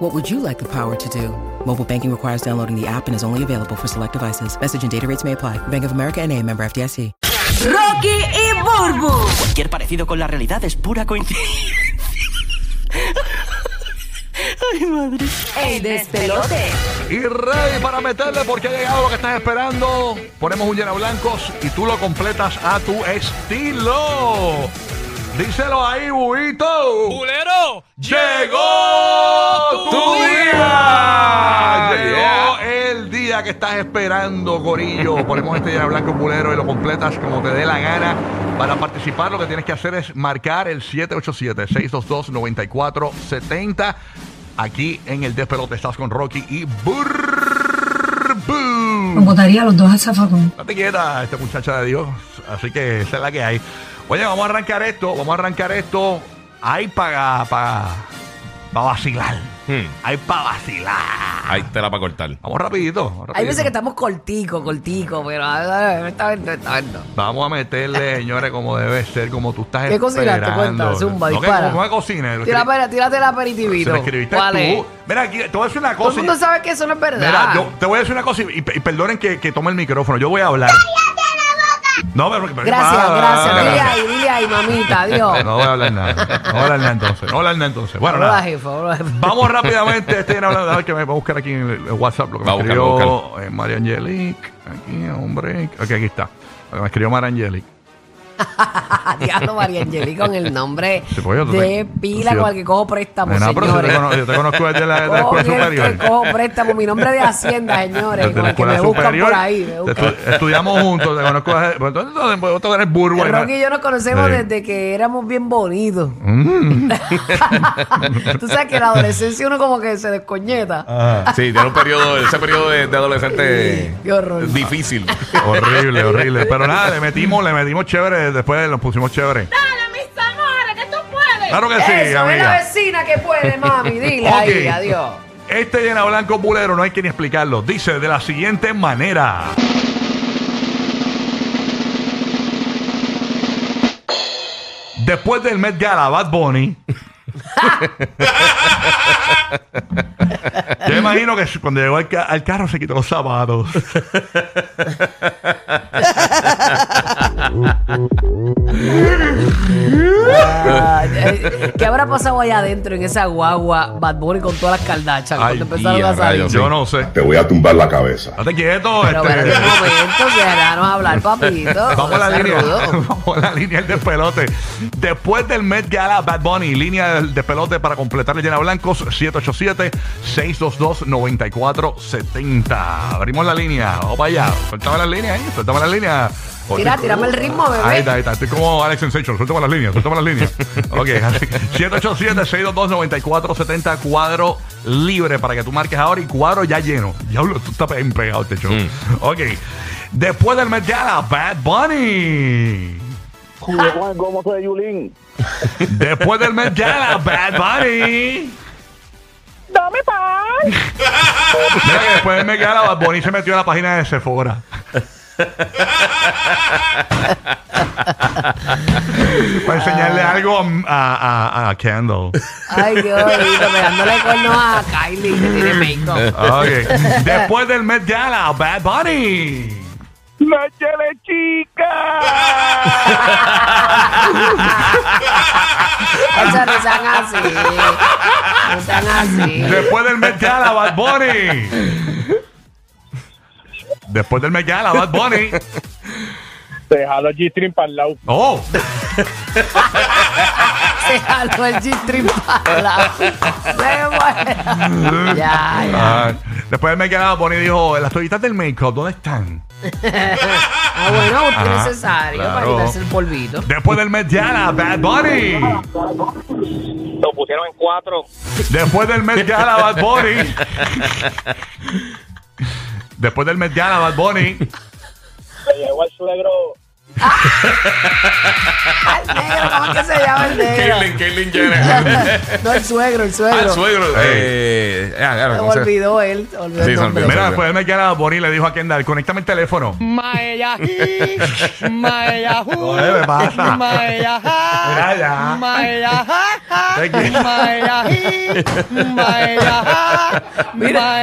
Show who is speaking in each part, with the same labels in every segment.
Speaker 1: What would you like the power to do? Mobile banking requires downloading the app and is only available for select devices. Message and data rates may apply. Bank of America and a member FDIC.
Speaker 2: Rocky y Burbu.
Speaker 3: Cualquier parecido con la realidad es pura coincidencia. Ay, madre.
Speaker 2: El despelote.
Speaker 4: Y ready para meterle porque ha llegado lo que estás esperando. Ponemos un llena blancos y tú lo completas a tu estilo. Díselo ahí, Bubito.
Speaker 5: ¡Culero!
Speaker 4: Llegó tu día. Llegó
Speaker 5: Yeah.
Speaker 4: el día que estás esperando, Corillo. Ponemos este llena blanco pulero y lo completas como te dé la gana. Para participar lo que tienes que hacer es marcar el 787-622-9470. Aquí en el despelote estás con Rocky y Burbu.
Speaker 6: Nos botaría a los dos al zafacón.
Speaker 4: No te quieta esta muchacha de Dios. Así que esa es la que hay. Oye, vamos a arrancar esto. Vamos a arrancar esto. Hay para para vacilar.
Speaker 5: Hmm.
Speaker 4: Hay para vacilar.
Speaker 5: Ahí te la para cortar.
Speaker 4: Vamos rapidito. vamos
Speaker 2: Hay
Speaker 4: rapidito.
Speaker 2: veces que estamos cortico, cortico, pero ah, ah, está bien, está bien.
Speaker 4: Vamos a meterle, señores, como debe ser, como tú estás
Speaker 2: ¿Qué cocinaste?
Speaker 4: esperando.
Speaker 2: Cuenta, zumba,
Speaker 4: no, que
Speaker 2: dispara.
Speaker 4: como- no que cocine. lo
Speaker 2: Tírate,
Speaker 4: escribí-
Speaker 2: la- tírate el
Speaker 4: se
Speaker 2: aperitivito.
Speaker 4: lo escribiste
Speaker 2: ¿Cuál es?
Speaker 4: tú. Mira, aquí, te voy a decir una
Speaker 2: Todo
Speaker 4: cosa.
Speaker 2: el mundo sabe que eso no es verdad.
Speaker 4: Mira, yo te voy a decir una cosa y, y- y perdonen que, que tome el micrófono. Yo voy a hablar. No, pero, pero-
Speaker 2: Gracias,
Speaker 4: ah,
Speaker 2: gracias. Dile ahí, dile ahí, mamita. Adiós.
Speaker 4: No voy a hablar nada. No voy a hablar nada entonces. No voy a hablar nada entonces. Bueno,
Speaker 2: Hola,
Speaker 4: nada.
Speaker 2: jefa. hola, jefa.
Speaker 4: Vamos rápidamente. Este viene hablando. A ver que me va a buscar aquí en el el WhatsApp lo que me
Speaker 5: Va a buscar,
Speaker 4: escribió
Speaker 5: va a
Speaker 4: eh, María Angelique. Aquí, hombre. Ok, aquí está. Lo que me escribió María Angelique.
Speaker 2: Ah, Diablo, María Angélica con el nombre
Speaker 4: Sí, pues, yo te-
Speaker 2: de pila
Speaker 4: sí, yo-
Speaker 2: con el que cojo préstamo,
Speaker 4: Nena, pero si te,
Speaker 2: señores.
Speaker 4: cono- yo te conozco desde la, de la
Speaker 2: Con
Speaker 4: escuela
Speaker 2: el
Speaker 4: superior.
Speaker 2: que cojo préstamo, mi nombre de Hacienda,
Speaker 4: Desde
Speaker 2: señores. Con
Speaker 4: la
Speaker 2: el que me
Speaker 4: escuela
Speaker 2: buscan
Speaker 4: superior.
Speaker 2: por ahí. me
Speaker 4: Te
Speaker 2: buscan.
Speaker 4: estu- estudiamos juntos. Te conozco desde. Bueno, entonces, entonces, Vos te eres burbu. ahí, ¿no?
Speaker 2: Rocky y yo nos conocemos
Speaker 4: Sí. Mm.
Speaker 2: desde que éramos bien bonitos. Tú sabes que en la adolescencia uno como que se descoñeta.
Speaker 4: Ah,
Speaker 5: Sí, tiene un periodo, ese periodo de, de adolescente
Speaker 2: Qué horror.
Speaker 5: difícil.
Speaker 4: Horrible, horrible. Pero nada, le metimos, le metimos chévere. Después nos pusimos chévere.
Speaker 7: Dale, mis amores, que tú puedes.
Speaker 4: Claro que
Speaker 2: Eso,
Speaker 4: sí,
Speaker 2: es la
Speaker 4: amiga.
Speaker 2: vecina que puede, mami. Dile
Speaker 4: Ok.
Speaker 2: ahí, adiós.
Speaker 4: Este llena blanco bulero no hay que ni explicarlo. Dice de la siguiente manera. Después del Met Gala, Bad Bunny. Yo imagino que cuando llegó al, ca- al carro se quitó los zapatos.
Speaker 2: Eh, ¿Qué habrá pasado allá adentro en esa guagua Bad Bunny con todas las caldachas?
Speaker 4: Ay,
Speaker 2: Cuando empezaron
Speaker 5: día,
Speaker 2: a salir.
Speaker 5: rayos.
Speaker 4: Yo no sé.
Speaker 8: Te voy a tumbar la cabeza.
Speaker 4: Date quieto.
Speaker 2: Pero
Speaker 4: este.
Speaker 2: espérate un momento, déjanos hablar, papito.
Speaker 4: Vamos a la
Speaker 2: No seas
Speaker 4: línea.
Speaker 2: rudo.
Speaker 4: Vamos a la línea del despelote. Después del Met Gala, Bad Bunny, línea del despelote para completar el llena blancos, 787-622-9470. Abrimos la línea. Vamos para allá. Suéltame las líneas, eh. Suéltame las líneas.
Speaker 2: Tira, tírame el ritmo, bebé.
Speaker 4: Ahí está, ahí está. Estoy como Alex Sensation. Suéltame las líneas, suéltame las líneas. Ok, así. 787-622-9470, cuadro libre para que tú marques ahora y cuadro ya lleno. Ya tú estás pe- pegado este show. Ok. Después del Met Gala, Bad Bunny.
Speaker 9: ¿Cómo soy Yulín?
Speaker 4: Después del Met Gala, Bad Bunny.
Speaker 9: ¡Dame pan!
Speaker 4: Mira que después del Met Gala, Bad Bunny se metió a la página de Sephora. Para enseñarle algo a, a, a, a Kendall.
Speaker 2: Ay, qué bonito, pegándole cuernos a Kylie, que tiene make-up.
Speaker 4: Ok. Después del Met Gala, Bad Bunny.
Speaker 9: ¡Noche de chica!
Speaker 2: Eso no sean así. No sean así.
Speaker 4: Después del Met Gala, Bad Bunny. Después del Met Gala, Bad Bunny.
Speaker 9: Déjalo G-String para el lado.
Speaker 4: Oh,
Speaker 2: Se jaló el G-String para la- Se muere. Ya, ya.
Speaker 4: ah, después del Met Gala, Bad Bunny dijo: Las toallitas del make-up, ¿dónde están?
Speaker 2: Ah, bueno, usted
Speaker 4: Ajá,
Speaker 2: necesario para
Speaker 4: claro.
Speaker 2: quitarse el polvito.
Speaker 4: Después del Met Gala, Bad Bunny.
Speaker 9: Lo pusieron en cuatro.
Speaker 4: Después del Met Gala, Bad Bunny. Después del Met Gala, Bad Bunny.
Speaker 9: Le llegó al suegro
Speaker 2: Al negro, ¿cómo es que se llama el negro?
Speaker 5: Caitlyn, Caitlyn Jenner.
Speaker 2: no, el suegro, el
Speaker 5: Ah,
Speaker 2: suegro.
Speaker 5: el suegro.
Speaker 4: Ey.
Speaker 5: Eh, ah, claro,
Speaker 2: Se me
Speaker 5: ¿cómo se-
Speaker 2: olvidó él. se olvidó
Speaker 5: Sí,
Speaker 2: el
Speaker 5: se
Speaker 2: nombre.
Speaker 5: olvidó.
Speaker 4: Mira, después de me queda Bonnie le dijo a Kendall, conéctame el teléfono. Oye, me pasa. Mira ya. Te quiero.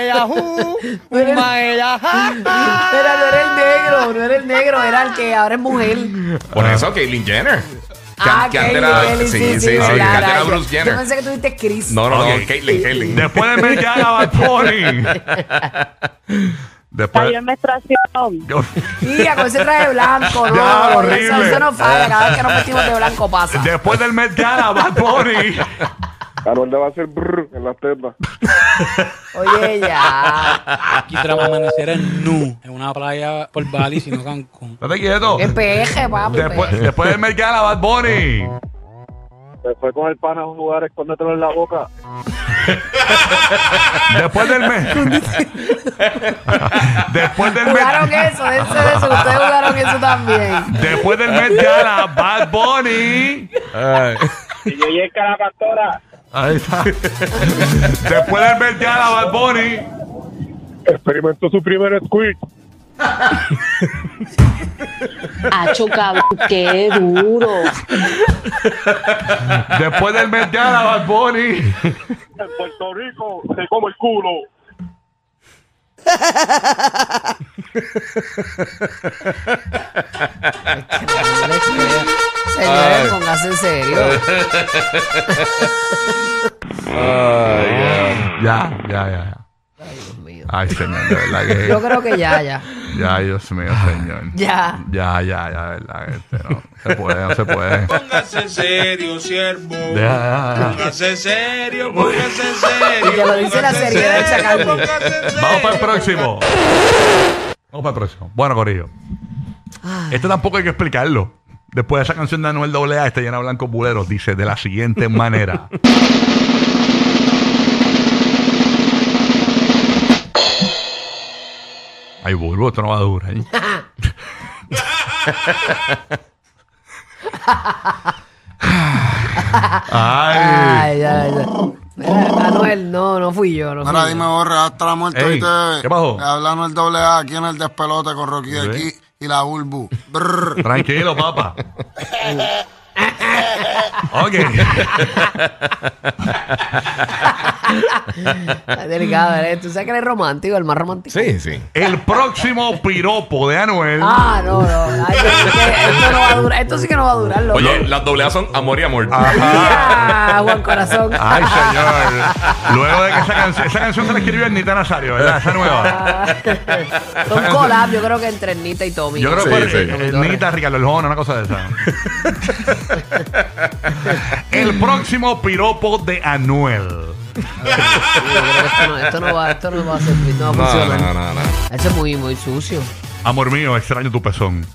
Speaker 2: Mira, Mira, no era el negro, no era el negro, era el que ahora es mujer.
Speaker 5: Por eso, Caitlyn Jenner.
Speaker 2: Ah,
Speaker 5: que, que
Speaker 2: Kylie
Speaker 5: antes era.
Speaker 2: Jenner,
Speaker 5: Sí, sí, sí. que
Speaker 2: claro,
Speaker 5: antes era
Speaker 2: yo-
Speaker 5: Bruce
Speaker 2: Yo
Speaker 5: Jenner.
Speaker 2: pensé que tuviste Chris.
Speaker 5: No, no, no.
Speaker 4: Ok.
Speaker 5: Caitlyn, Caitlyn.
Speaker 4: Después de me queda Bad Bunny. Después.
Speaker 7: Cayó en menstruación.
Speaker 2: Mira, con ese traje blanco, no.
Speaker 4: Ya,
Speaker 2: eso- Eso,
Speaker 4: horrible.
Speaker 2: no falla, cada vez que nos metimos de blanco pasa.
Speaker 4: Después del Met Gala, Bad Bunny.
Speaker 9: Carolina va a hacer brr en las tetas.
Speaker 2: Oye, ya.
Speaker 6: Aquí tras amanecer en Nu, en una playa por Bali, sino Cancún.
Speaker 4: No te quieto.
Speaker 2: Es peje, papi.
Speaker 4: Después,
Speaker 2: peje.
Speaker 4: después del Met Gala, Bad Bunny.
Speaker 9: Se fue con el pan a jugar, escóndetelo en la boca.
Speaker 4: Después del Met. Después del
Speaker 2: Jugaron
Speaker 4: Met.
Speaker 2: eso, dense de eso, que ustedes jugaron eso también.
Speaker 4: Después del Met Gala, Bad Bunny.
Speaker 5: Ay.
Speaker 9: Y yo llegué a la pastora.
Speaker 4: Ahí está. Después del Met Gala, Bad Bunny.
Speaker 9: Experimentó su primer squid.
Speaker 8: Acho, cabrón, qué duro.
Speaker 4: Después del Met Gala, Bad Bunny.
Speaker 9: En Puerto Rico se come el culo.
Speaker 2: Señores, póngase en serio.
Speaker 4: Ya, ya, ya. ya. Ay, señor, de verdad que.
Speaker 2: Yo creo que ya, ya.
Speaker 4: Ya, Dios mío, señor.
Speaker 2: Ya.
Speaker 4: Ya, ya, ya, de verdad, este no. Se puede, no se puede.
Speaker 10: Póngase serio, siervo.
Speaker 4: Ya, ya, ya.
Speaker 10: Póngase serio, póngase serio.
Speaker 2: Y te lo dice la
Speaker 10: póngase
Speaker 2: seriedad de
Speaker 10: serio,
Speaker 2: Chacalco.
Speaker 10: póngase
Speaker 4: Vamos para el
Speaker 10: serio.
Speaker 4: próximo. Vamos para el próximo. Bueno, Corillo. Esto tampoco hay que explicarlo. Después de esa canción de Anuel AA, este llena blanco bulero, dice de la siguiente manera. Ay, burro, esto no va a durar. ¿eh? Ay.
Speaker 2: Ay, ya, ya. Mira, Anuel, no, no fui yo, no fui yo.
Speaker 6: borra hasta la muerte. Eh,
Speaker 4: Ey, ¿Qué pasó?
Speaker 6: Hablando el doble A aquí en el despelote con Rocky
Speaker 4: de aquí
Speaker 6: y la Urbu.
Speaker 4: Tranquilo, papá. ok.
Speaker 2: Ay, Delicado, eres. Tú sabes que eres romántico, el más romántico.
Speaker 5: Sí, sí.
Speaker 4: El próximo piropo de Anuel.
Speaker 2: Ah, no, no. Ay, pero es que esto no va a durar. Esto sí que no va a durar, loco.
Speaker 5: Oye, las doble A son amor y amor.
Speaker 2: Ah, Juan Corazón.
Speaker 4: Ay, señor. Luego de que esa, canción esa canción se la escribió Ernita Nazario, ¿verdad? Esa nueva.
Speaker 2: Son collab, yo creo que entre Ernita y Tommy.
Speaker 4: Yo creo
Speaker 5: Sí,
Speaker 4: que
Speaker 5: sí.
Speaker 4: fue Ernita, Ricardo Eljona, una cosa de esa. El próximo piropo de Anuel.
Speaker 2: Sí, yo creo que esto, no, esto no va, esto no va a ser, no va a
Speaker 5: No, no, no,
Speaker 2: funcionar.
Speaker 5: no, no.
Speaker 2: Eso es muy, muy sucio.
Speaker 4: Amor mío, extraño tu pezón.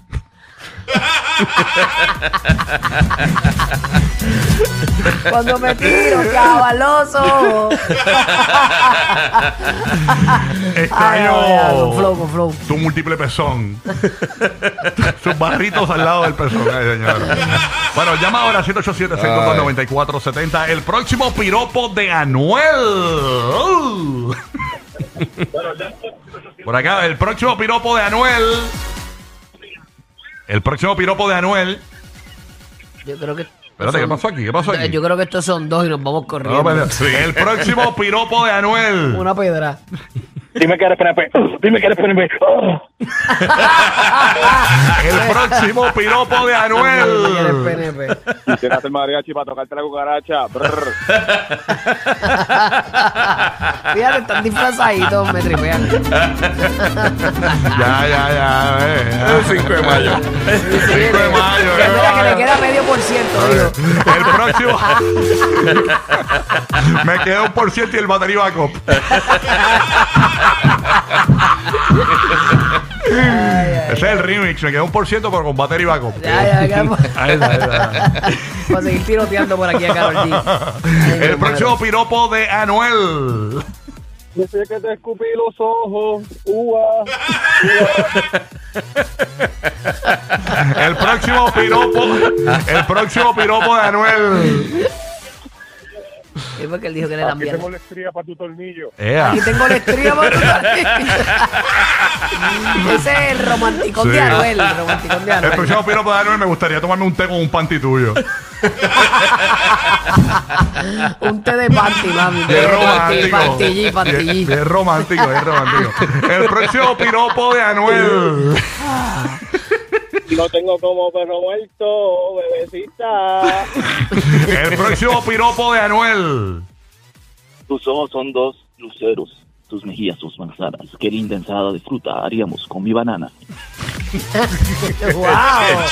Speaker 2: Cuando me tiro, cabaloso. Ay, no, ya,
Speaker 4: Extraño
Speaker 2: no, flow, con flow.
Speaker 4: tu múltiple pezón. Sus barritos al lado del pezón. Ay, señor. Bueno, llama ahora 787-622-9470. El próximo piropo de Anuel. Por acá, el próximo piropo de Anuel. El próximo piropo de Anuel.
Speaker 2: Yo creo que.
Speaker 4: Espérate, ¿qué pasó aquí? ¿Qué pasó aquí?
Speaker 2: Yo creo que estos son dos y nos vamos
Speaker 4: No,
Speaker 2: corriendo.
Speaker 4: pero- El próximo piropo de Anuel.
Speaker 2: Una piedra.
Speaker 9: Dime que eres PNP. Dime que eres PNP.
Speaker 2: Oh.
Speaker 4: El próximo piropo de
Speaker 2: Eres
Speaker 4: Anuel.
Speaker 2: PNP.
Speaker 9: Quédate el mariachi para tocarte la cucaracha. Brr.
Speaker 2: Fíjate, están disfrazaditos, me tripean.
Speaker 4: Ya, ya, ya. eh.
Speaker 5: El 5 de mayo.
Speaker 4: 5 de mayo.
Speaker 2: Mira que
Speaker 4: eh.
Speaker 2: le queda medio por ciento, digo.
Speaker 4: El próximo. Me quedé un por ciento y el batería va a cop. Ese es el remix. Me quedé un por ciento, pero con batería va a cop.
Speaker 2: Ya, ya, ya.
Speaker 4: Ahí está, ahí está.
Speaker 2: Para seguir tiroteando por aquí a Carol G. Ay, mi
Speaker 4: El
Speaker 2: madre.
Speaker 4: próximo piropo de Anuel.
Speaker 9: Dice que te escupí los ojos, uva.
Speaker 4: El próximo piropo, el próximo piropo de Anuel.
Speaker 2: Es porque él dijo
Speaker 4: Ah,
Speaker 2: que le dan
Speaker 9: Aquí
Speaker 2: bien.
Speaker 9: tengo la estría para tu tornillo.
Speaker 4: Ea.
Speaker 2: Aquí tengo la estría por tu Ese es el romanticón
Speaker 4: Sí.
Speaker 2: de Anuel. El romanticón
Speaker 4: El
Speaker 2: de Anuel.
Speaker 4: próximo piropo de Anuel me gustaría tomarme un té con un panty tuyo.
Speaker 2: Un té de panty, mami.
Speaker 4: Bien romántico.
Speaker 2: Pantillí,
Speaker 4: Bien-
Speaker 2: pantillí.
Speaker 4: bien romántico, bien romántico. El próximo piropo de Anuel.
Speaker 9: No tengo como perro muerto, bebecita.
Speaker 4: El próximo piropo de Anuel.
Speaker 11: Tus ojos son dos luceros, tus mejillas sus manzanas. Qué linda ensalada de fruta haríamos con mi banana.
Speaker 2: ¡Wow!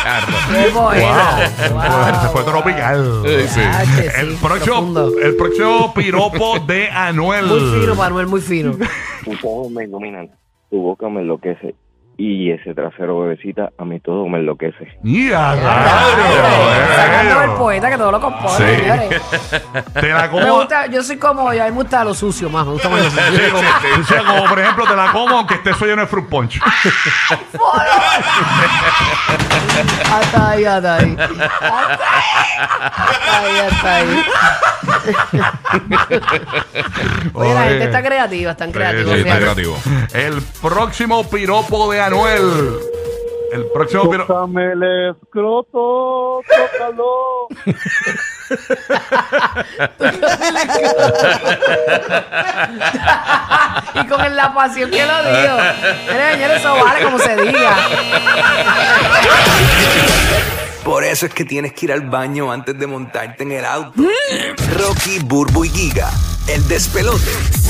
Speaker 5: Charro.
Speaker 2: ¡Qué bueno!
Speaker 4: Joder, Se fue tropical.
Speaker 5: Sí, sí.
Speaker 2: Ah, que sí,
Speaker 4: El próximo,
Speaker 2: profundo.
Speaker 4: el próximo piropo de Anuel.
Speaker 2: Muy fino, Manuel, muy fino.
Speaker 11: Tus ojos me iluminan, tu boca me enloquece. Y ese trasero, bebecita, a mí todo me enloquece.
Speaker 4: ¡Ya,
Speaker 2: Ay, Sacando
Speaker 4: raro!
Speaker 2: el poeta que todo lo compone,
Speaker 5: Sí.
Speaker 2: señores.
Speaker 4: Te la
Speaker 2: Me
Speaker 4: como.
Speaker 2: gusta, yo soy como yo, a mí me gusta lo sucio más, me gusta más lo sucio.
Speaker 4: Sí, como- o sea, como por ejemplo, te la como aunque esté lleno de fruit punch.
Speaker 2: Hasta ahí, hasta ahí. Hasta ahí, hasta ahí. Oye, la gente está creativa, están creativos.
Speaker 5: sí, está
Speaker 2: fíjate.
Speaker 5: creativo.
Speaker 4: El próximo piropo de Anuel. El próximo piropo.
Speaker 9: Tócame el escroto, tócalo.
Speaker 2: y con el- la pasión que lo dio. Mire, señores, eso vale como se diga.
Speaker 10: Por eso es que tienes que ir al baño antes de montarte en el auto. Rocky, Burbu y Giga, el despelote.